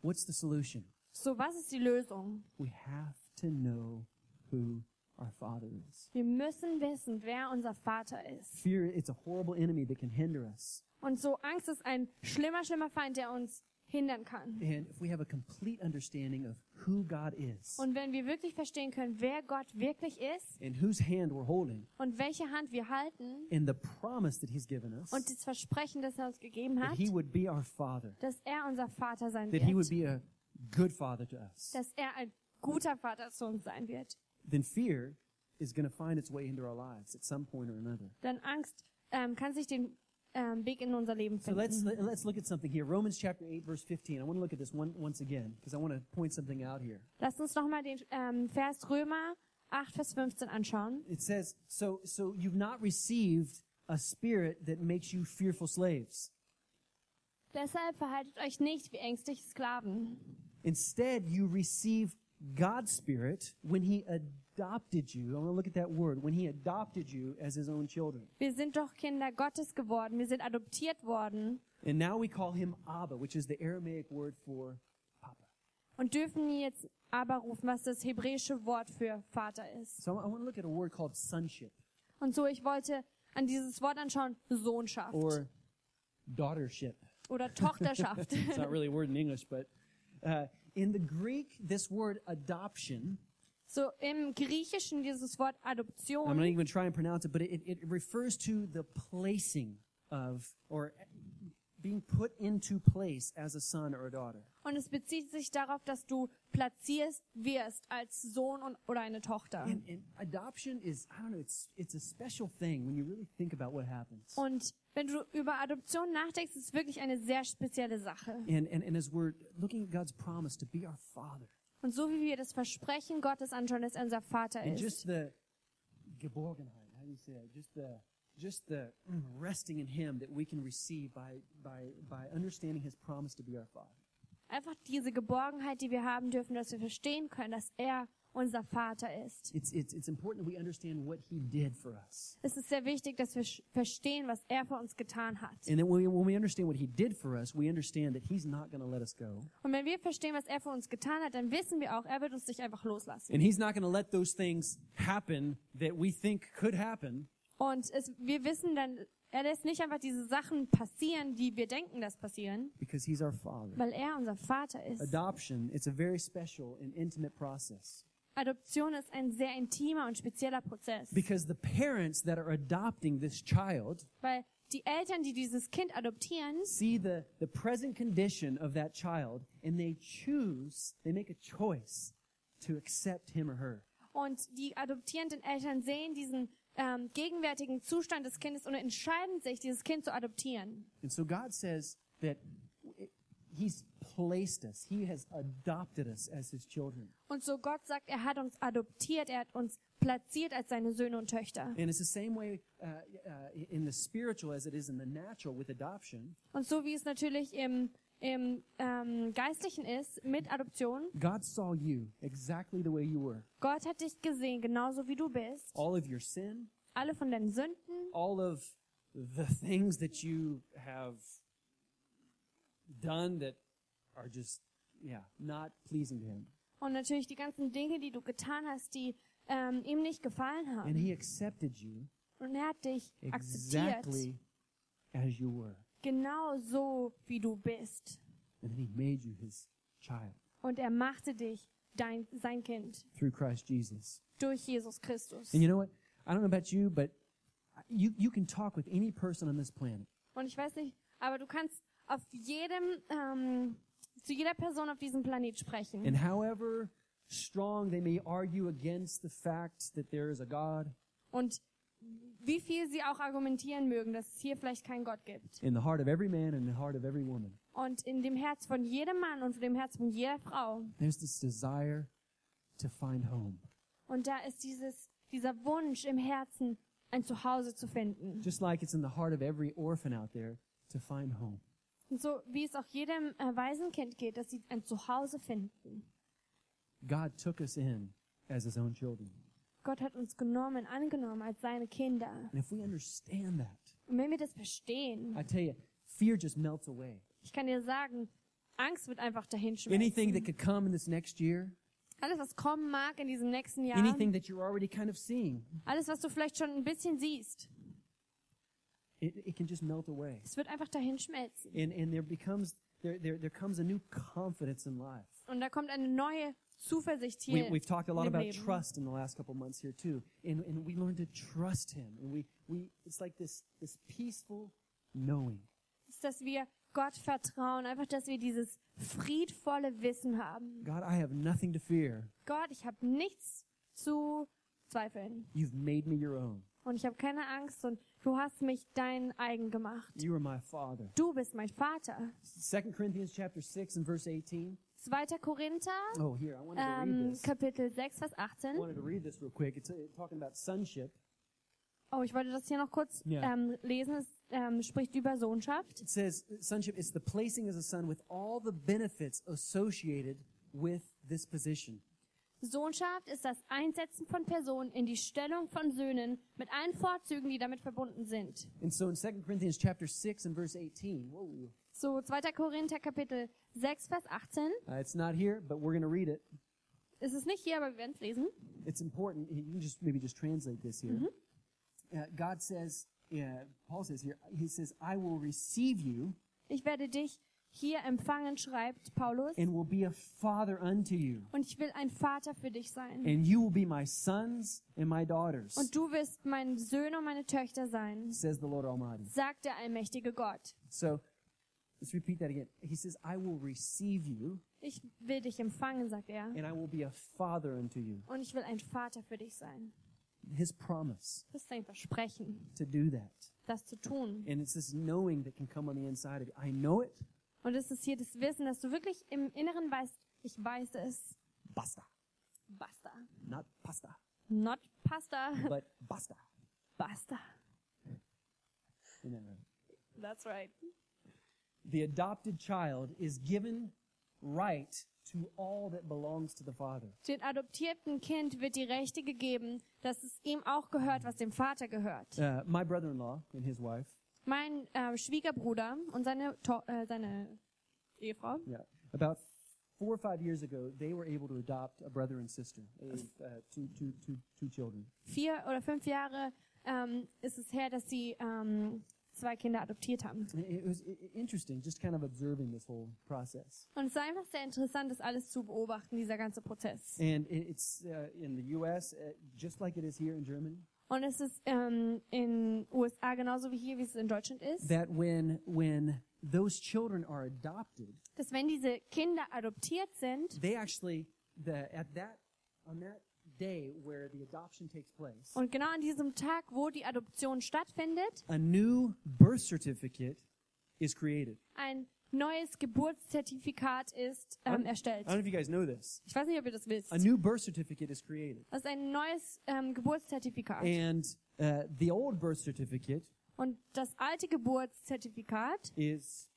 what's the solution? So, was ist die Lösung? We have to know who our Father is. Wir müssen wissen, wer unser Vater ist. Fear, it's a horrible enemy that can hinder us. Und so Angst ist ein schlimmer, schlimmer Feind, der uns hindern kann. And if we have a complete understanding of who God is Und wenn wir wirklich verstehen können, wer Gott wirklich ist and whose hand we're holding und welche Hand wir halten and the promise that He's given us und das Versprechen, das er uns gegeben that hat, He would be our Father, dass er unser Vater sein that He would wird, be a good Father to us, dass er ein guter Vater zu uns sein wird. then fear is going to find its way into our lives at some point or another. Dann Angst ähm, kann sich den ähm, Weg in unser Leben So let's finden. let- let's look at something here. Romans chapter 8 verse 15. I want to look at this one once again because I want to point something out here. Lasst uns nochmal den ähm, Vers Römer 8, Vers 15 anschauen. It says, "So so you've not received a spirit that makes you fearful slaves. Deshalb verhaltet euch nicht wie ängstliche Sklaven, Instead, you received God's spirit when he adopted you. I want to look at that word, when he adopted you as his own children. Wir sind doch Kinder Gottes geworden. Wir sind adoptiert worden And now we call him Abba, which is the Aramaic word for papa. und dürfen ihn jetzt aber rufen, was das hebräische Wort für Vater ist. So I want to look at a word called sonship Und so, ich wollte an dieses Wort anschauen, Sohnschaft or daughtership. oder Tochterschaft. it's not really a word in English, but uh, in the Greek, this word adoption, so im Griechischen dieses Wort I'm not Adoption. even trying to pronounce it, but it, it refers to the placing of or being put into place as a son or a daughter. Und es bezieht sich darauf, dass du platzierst wirst als Sohn und, oder eine Tochter. And, and adoption is, I don't know, it's, it's a special thing when you really think about what happens. Und wenn du über Adoption nachdenkst, ist es wirklich eine sehr spezielle Sache. And, and, and as we're looking at God's promise to be our Father, Und so wie wir das Versprechen Gottes anschauen, dass er unser Vater and ist. just the Geborgenheit, how do you say that? Just the just the mm, resting in Him that we can receive by by by understanding His promise to be our Father. Einfach diese Geborgenheit, die wir haben dürfen, dass wir verstehen können, dass er unser Vater ist. It's it's it's important that we understand what He did for us, Es ist sehr wichtig, dass wir sch- verstehen, was er für uns getan hat. and then when we, when we understand what He did for us, we understand that He's not going to let us go, Und wenn wir verstehen, was er für uns getan hat, dann wissen wir auch, er wird uns nicht einfach loslassen. and He's not going to let those things happen that we think could happen. Und es, wir wissen dann, er lässt nicht einfach diese Sachen passieren, die wir denken, dass passieren, Because he's our father. weil er unser Vater ist. Adoption, it's a very special and intimate process. Adoption ist ein sehr intimer und spezieller Prozess, Because the parents that are adopting this child weil die Eltern, die dieses Kind adoptieren, see the, the present condition of that child and they choose, they make a choice to accept him or her. Und die adoptierenden Eltern sehen diesen ähm, gegenwärtigen Zustand des Kindes und entscheiden sich, dieses Kind zu adoptieren. And so God says that it- he's placed us, he has adopted us as his children. Und so Gott sagt, er hat uns adoptiert, er hat uns platziert als seine Söhne und Töchter. And it's the same way uh, uh, in the spiritual as it is in the natural with adoption. Und so wie es natürlich im, im ähm, Geistlichen ist, mit Adoption, God saw you exactly the way you were. Gott hat dich gesehen, genauso wie du bist. All of your sin, Alle von deinen Sünden, all of the things that you have done that are just, yeah, not pleasing to Him. Und natürlich die ganzen Dinge, die du getan hast, die ähm, ihm nicht gefallen And haben. He accepted you Und er hat dich akzeptiert, exactly as you were. genau so, wie du bist. And then He made you His child Und er machte dich dein, sein Kind through Christ Jesus. durch Jesus Christus. And you know what? I don't know about you, but you, you can talk with any person on this planet. Und ich weiß nicht, aber du kannst auf jedem, ähm, zu jeder Person auf diesem Planet And sprechen. however strong they may argue against the fact that there is a God, Und wie viel sie auch argumentieren mögen, dass es hier vielleicht keinen Gott gibt. in the heart of every man and the heart of every woman, Und in dem Herz von jedem Mann und in dem Herz von jeder Frau. there's this desire to find home. Und da ist dieses, dieser Wunsch im Herzen, ein Zuhause zu finden. Just like it's in the heart of every orphan out there to find home. Und so wie es auch jedem äh, Waisenkind geht, dass sie ein Zuhause finden. God took us in as his own children. Gott hat uns genommen, angenommen als seine Kinder. And if we understand that, Und wenn wir das verstehen, I tell you, fear just melts away. Ich kann dir sagen, Angst wird einfach dahinschmelzen. Anything that could come in this next year, Alles, was kommen mag in diesem nächsten Jahr, anything that you're already kind of seeing, alles, was du vielleicht schon ein bisschen siehst, it, it can just melt away. es wird einfach dahinschmelzen. And, and there becomes, there, there, there comes a new confidence in life. Und da kommt eine neue Zuversicht We, hier. we've talked a lot in dem about Leben. trust in the last couple months here too, and, and we learn to trust Him, and we, we it's like this this peaceful knowing. Ist, dass wir Gott vertrauen, einfach, dass wir dieses friedvolle Wissen haben. God, I have nothing to fear. Gott, ich habe nichts zu zweifeln. You've made me your own. Und ich habe keine Angst und du hast mich dein eigen gemacht. You are my Father. Du bist mein Vater. Second Corinthians chapter six and verse eighteen. 2. Korinther, Oh, here I wanted to read ähm, this. Kapitel 6, Vers I 18. wanted to read this real quick. It's uh, talking about sonship. Oh, ich wollte das hier noch kurz Ja. ähm, lesen. Es ähm, spricht über Sohnschaft. It says sonship is the placing as a son with all the benefits associated with this position. Sohnschaft ist das Einsetzen von Personen in die Stellung von Söhnen mit allen Vorzügen, die damit verbunden sind. And so in Second Corinthians chapter six and verse eighteen. Whoa. So, 2. Korinther Kapitel 6, Vers 18. Uh, it's not here, but we're going to read it. Es ist nicht hier, aber wir werden es lesen. It's important. You can just maybe just translate this here. Uh, God says, uh, Paul says here, he says, "I will receive you Ich werde dich hier empfangen, schreibt Paulus. and will be a father unto you, Und ich will ein Vater für dich sein. and you will be my sons and my daughters," Und du wirst meine Söhne und meine Töchter sein, says the Lord Almighty. sagt der allmächtige Gott. So let's repeat that again. He says, "I will receive you, Ich will dich empfangen, sagt er. and I will be a father unto you." Und ich will ein Vater für dich sein. His promise Das ist sein Versprechen. to do that, das zu tun. and it's this knowing that can come on the inside of you. I know it. Und es ist hier das Wissen, dass du wirklich im Inneren weißt, ich weiß es. Basta, Basta. not pasta, Not Pasta. <laughs> but basta. Basta. Isn't that right? That's right. the adopted child is given right to all that belongs to the father. Dem adoptierten Kind wird die Rechte gegeben, dass es ihm auch gehört, was dem Vater gehört. Uh, my brother-in-law and his wife, Mein äh, Schwiegerbruder und seine, To- äh, seine Ehefrau, yeah, about four or five years ago, they were able to adopt a brother and sister, They have, uh, two, two, two, two children. vier oder fünf Jahre ähm, ist es her, dass sie ähm, zwei Kinder adoptiert haben. And it was i- i- interesting, just kind of observing this whole process. Und es ist einfach sehr interessant, das alles zu beobachten, dieser ganze Prozess. And i- it's uh, in the U.S. Uh, just like it is here in Germany. Und es ist ähm, in USA genauso wie hier, wie es in Deutschland ist, That when when those children are adopted, dass wenn diese Kinder adoptiert sind they actually the at that on that day where the adoption takes place. und genau an diesem Tag, wo die Adoption stattfindet, a new birth certificate is created. ein neues Geburtszertifikat ist ähm, erstellt. I don't know if you guys know this. Ich weiß nicht, ob ihr das wisst. A new birth certificate is created. Das ist ein neues ähm, Geburtszertifikat. And uh, the old birth certificate Und das alte Geburtszertifikat is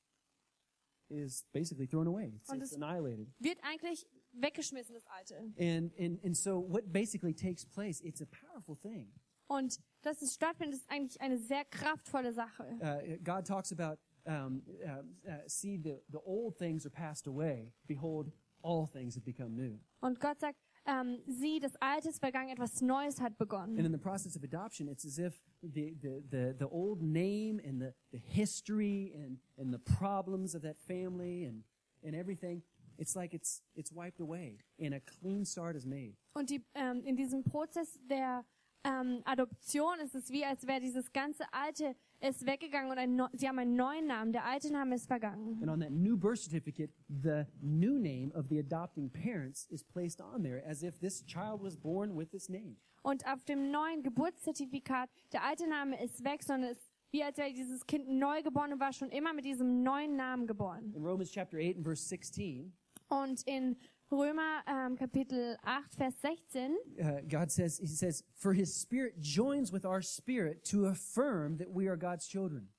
is basically thrown away. It's, Und it's es- annihilated. Wird eigentlich weggeschmissen, das Alte. And, and, and so what basically takes place, it's a powerful thing. Und dass es stattfindet, ist eigentlich eine sehr kraftvolle Sache. Uh, God talks about, um, uh, uh, see, the, the old things are passed away. Behold, all things have become new. Und Gott sagt, ähm, sieh, das Alte ist vergangen, etwas Neues hat And begonnen. in the process of adoption, it's as if the, the, the, the old name and the, the history and, and the problems of that family and, and everything, it's like it's, it's wiped away and a clean start is made. Und die, ähm, in diesem Prozess der ähm, Adoption ist es wie, als wäre dieses ganze Alte ist weggegangen und ein Neu- sie haben einen neuen Namen. Der alte Name ist vergangen. And on that new birth certificate, the new name of the adopting parents is placed on there as if this child was born with this name. Und auf dem neuen Geburtszertifikat, der alte Name ist weg, sondern es ist wie, als wäre dieses Kind neu geboren und war schon immer mit diesem neuen Namen geboren. In Romans chapter 8 and verse 16, Und in Römer ähm, Kapitel 8, Vers 16 uh, God says, He says, For His Spirit joins with our spirit to affirm that we are God's children.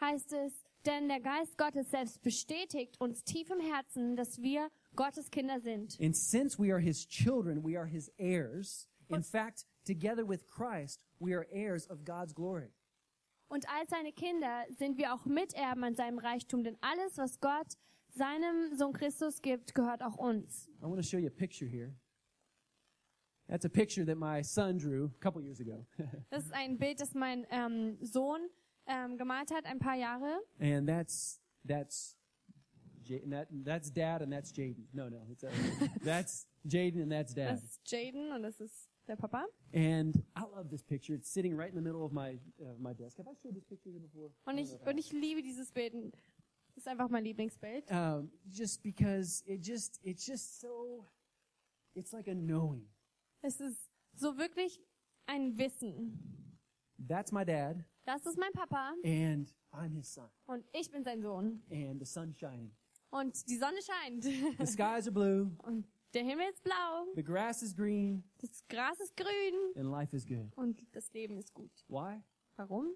heißt es, denn der Geist Gottes selbst bestätigt uns tief im Herzen, dass wir Gottes Kinder sind. And since we are his children, we are his heirs. In fact, together with Christ, we are heirs of God's glory. Und als seine Kinder sind wir auch Miterben an seinem Reichtum, denn alles, was Gott seinem Sohn Christus gibt, gehört auch uns. I want to show you a picture here. That's a picture that my son drew a couple years ago. Das ist ein Bild, das mein ähm, Sohn ähm, gemalt hat, ein paar Jahre. and that's that's J- and that, that's dad and that's Jaden. No, no, it's, uh, that's Jaden and that's dad. Das ist Jaden und das ist der Papa. And I love this picture. It's sitting right in the middle of my of my desk. Have I showed this picture here before? Und ich, und ich liebe dieses Bild. Das ist einfach mein Lieblingsbild. um, just because it just it's just so it's like a knowing Es ist so wirklich ein Wissen. that's my dad Das ist mein Papa and i'm his son und ich bin sein Sohn. and the sun's shining Und die Sonne scheint. <laughs> the skies are blue Und der Himmel ist blau. the grass is green Das Gras ist grün. and life is good Und das Leben ist gut. why Warum?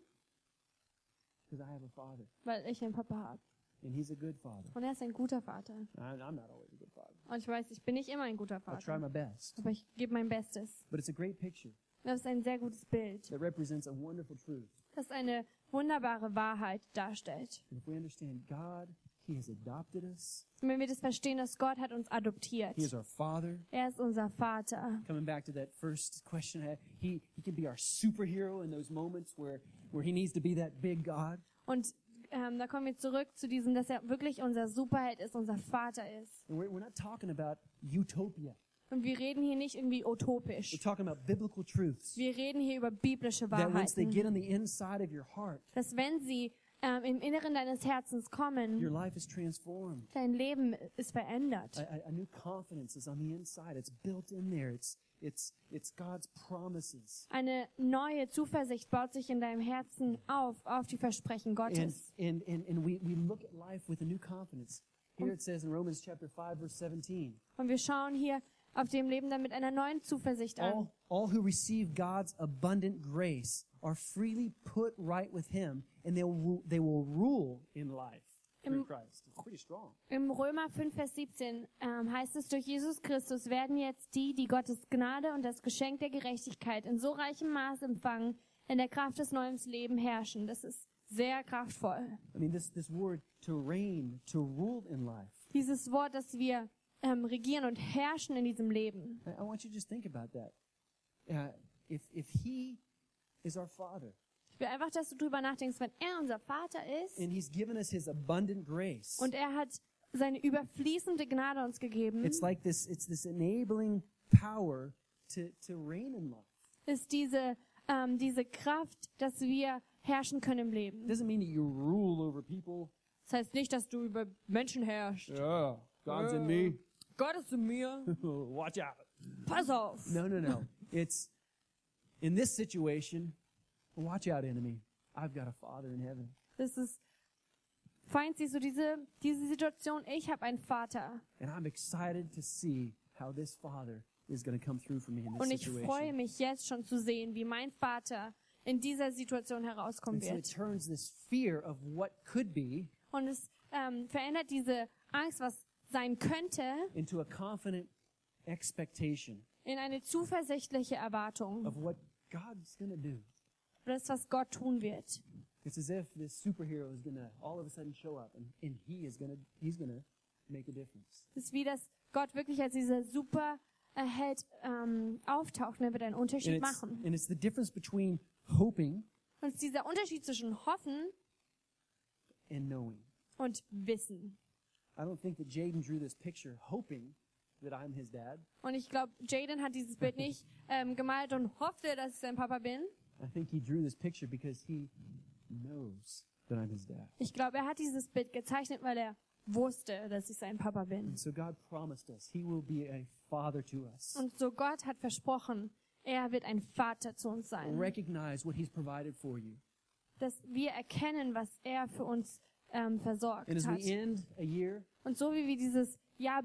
because i have a father Weil ich einen Papa habe. and he's a good father Und er ist ein guter Vater. I- i'm not always a good father Und ich weiß, ich bin nicht immer ein guter i try Vater. my best Aber ich gebe mein Bestes. but it's a great picture Das ist ein sehr gutes Bild, that represents a wonderful truth das eine wunderbare Wahrheit darstellt. and if we understand god he has adopted us Und wenn wir das verstehen, dass Gott hat uns adoptiert. he is our father Er ist unser Vater. coming back to that first question I had, he he can be our superhero in those moments where where he needs to be that big god Und ähm, da kommen wir zurück zu diesem, dass er wirklich unser Superheld ist, unser Vater ist. and we're, we're not talking about utopia Und wir reden hier nicht irgendwie utopisch. we're talking about biblical truths Wir reden hier über biblische that once they Wahrheiten. get on the inside of your heart Dass wenn sie ähm, im Inneren deines Herzens your kommen, life is transformed dein Leben ist a, verändert. a, a new confidence is on the inside it's built in there it's it's it's god's promises Eine neue Zuversicht baut sich in deinem Herzen auf, auf die Versprechen and Gottes. and and, and we, we look at life with a new confidence here it says in romans chapter 5 verse 17 Und wir schauen hier auf dem Leben dann mit einer neuen Zuversicht an. All, all who receive God's abundant grace are freely put right with Him, and they will, ru- they will rule in life through Im- Christ. It's pretty strong. Im Römer 5, Vers 17 ähm, heißt es, durch Jesus Christus werden jetzt die, die Gottes Gnade und das Geschenk der Gerechtigkeit in so reichem Maß empfangen, in der Kraft des neuen Lebens herrschen. Das ist sehr kraftvoll. I mean, this, this word to reign, to rule in life. Dieses Wort, dass wir ähm, regieren und herrschen in diesem Leben. I, I want you to just think about that. Uh, if, if He is our Father, Ich will einfach, dass du drüber nachdenkst, wenn er unser Vater ist and He's given us His abundant grace, und er hat seine überfließende Gnade uns gegeben, it's like this, it's this enabling power to, to reign in life. ist diese, ähm, diese Kraft, dass wir herrschen können im Leben. It doesn't mean that you rule over people. Das heißt nicht, dass du über Menschen herrschst. Yeah, God's in me. Gott ist in mir. <laughs> Watch out. Pass auf. No, no, no. It's in this situation, watch out, enemy. I've got a father in heaven. Das ist, Feind, siehst du diese, diese Situation? Ich habe einen Vater. And I'm excited to see how this father is going to come through for me in this Und ich freue situation. mich jetzt schon zu sehen, wie mein Vater in dieser Situation herauskommen And so it wird. turns this fear of what could be Und es ähm, verändert diese Angst, was sein könnte, into a confident expectation in eine zuversichtliche Erwartung. of what God's going to do. Das, was Gott tun wird. It's as if this superhero is going to all of a sudden show up and, and he is going to he's going to make a difference. Es ist wie, dass Gott wirklich als dieser Superheld ähm, auftaucht und er wird einen And Unterschied it's, machen. and it's the difference between hoping Und es ist dieser Unterschied zwischen Hoffen and knowing. und Wissen. I don't think that Jaden drew this picture hoping that I'm his dad. Und ich glaube, Jaden hat dieses Bild nicht ähm, gemalt und hoffte, dass ich sein Papa bin. I think he drew this picture because he knows that I'm his dad. Ich glaube, er hat dieses Bild gezeichnet, weil er wusste, dass ich sein Papa bin. And so God promised us he will be a father to us. Und so Gott hat versprochen, er wird ein Vater zu uns sein. Recognize what he's provided for you. Dass wir erkennen, was er für uns ähm, versorgt And as hat. we end a year Und so wie wir dieses Jahr and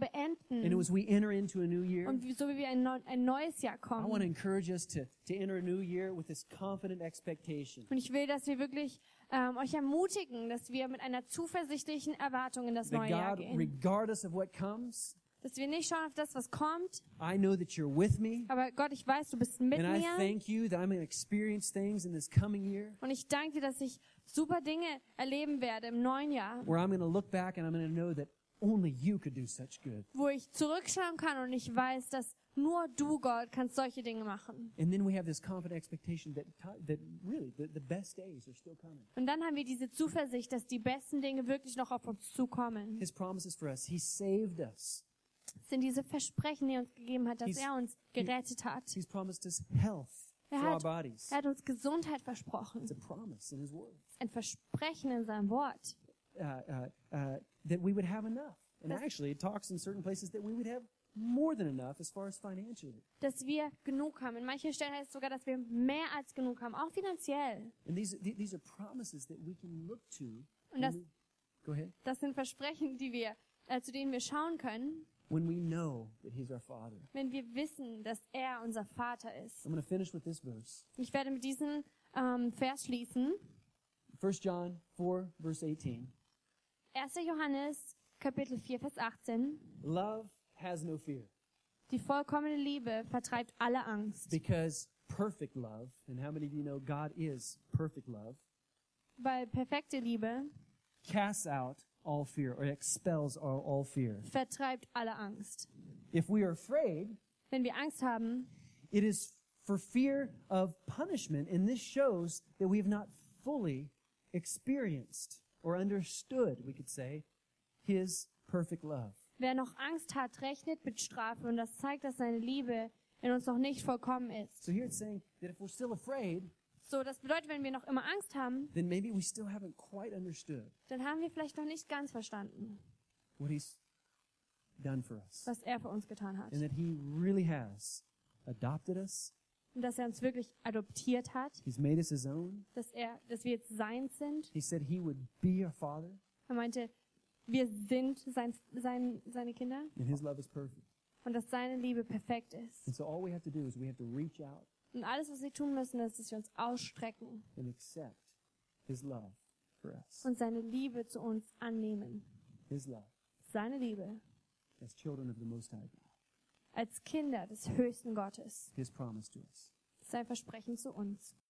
beenden as we enter into a new year, und wie- so wie wir ein, neu- ein neues Jahr I want to kommen. encourage us to, to enter a new year with this confident expectation Und ich will, dass wir wirklich ähm, euch ermutigen, dass wir mit einer zuversichtlichen Erwartung in das that neue Jahr God, gehen. regardless of what comes, Dass wir nicht schauen auf das, was kommt, I know that you're with me. Aber Gott, ich weiß, du bist mit And I mir. thank you that I'm going to experience things in this coming year Und ich danke dir, dass ich super Dinge erleben werde im neuen Jahr, where I'm going to look back and I'm going to know that only you could do such good. wo ich zurückschauen kann und ich weiß, dass nur du, Gott, kannst solche Dinge machen. And then we have this confident expectation that, ti- that really the, the best days are still coming. Und dann haben wir diese Zuversicht, dass die besten Dinge wirklich noch auf uns zukommen. His promises for us. He saved us. Es sind diese Versprechen, die er uns gegeben hat, dass He's- er uns gerettet hat. He's promised us health for Er our hat, bodies. er hat uns Gesundheit It's versprochen. a promise in His Word. Ein Versprechen in seinem Wort. uh, uh, uh, that we would have enough. And That's- actually, it talks in certain places that we would have more than enough as far as financially. Dass wir genug haben. In manchen Stellen heißt es sogar, dass wir mehr als genug haben, auch finanziell. And these th- these are promises that we can look to. Und when das we, go ahead. Das sind Versprechen, die wir, äh, zu denen wir schauen können, When we know that He's our Father. wenn wir wissen, dass er unser Vater ist. I'm going to finish with this verse. Ich werde mit diesem ähm, Vers schließen. 1 John 4, verse 18. 1. Johannes, Kapitel 4, Vers 18. Love has no fear Die vollkommene Liebe vertreibt alle Angst, because perfect love, and how many of you know God is perfect love, weil perfekte Liebe casts out all fear or expels all, all fear. vertreibt alle Angst. If we are afraid, Wenn wir Angst haben, It is for fear of punishment, and this shows that we have not fully experienced or understood, we could say, His perfect love. wer noch Angst hat, rechnet mit Strafe und das zeigt, dass seine Liebe in uns noch nicht vollkommen ist. So here it's saying that if we're still afraid, So, das bedeutet, wenn wir noch immer Angst haben, then maybe we still haven't quite understood dann haben wir vielleicht noch nicht ganz verstanden. what He's done for us, was er für uns getan hat. and that He really has adopted us, Und dass er uns wirklich adoptiert hat, He's made us His own. dass, er, dass wir jetzt seins sind. He said He would be our Father, Er meinte, wir sind sein, sein, seine Kinder and His love is perfect. und dass seine Liebe perfekt ist. And so all we have to do is we have to reach out Und alles, was wir tun müssen, ist, dass wir uns ausstrecken and accept His love for us, und seine Liebe zu uns annehmen. His love. Seine Liebe as children of the Most High God, als Kinder des höchsten Gottes. His promise to us. Sein Versprechen zu uns.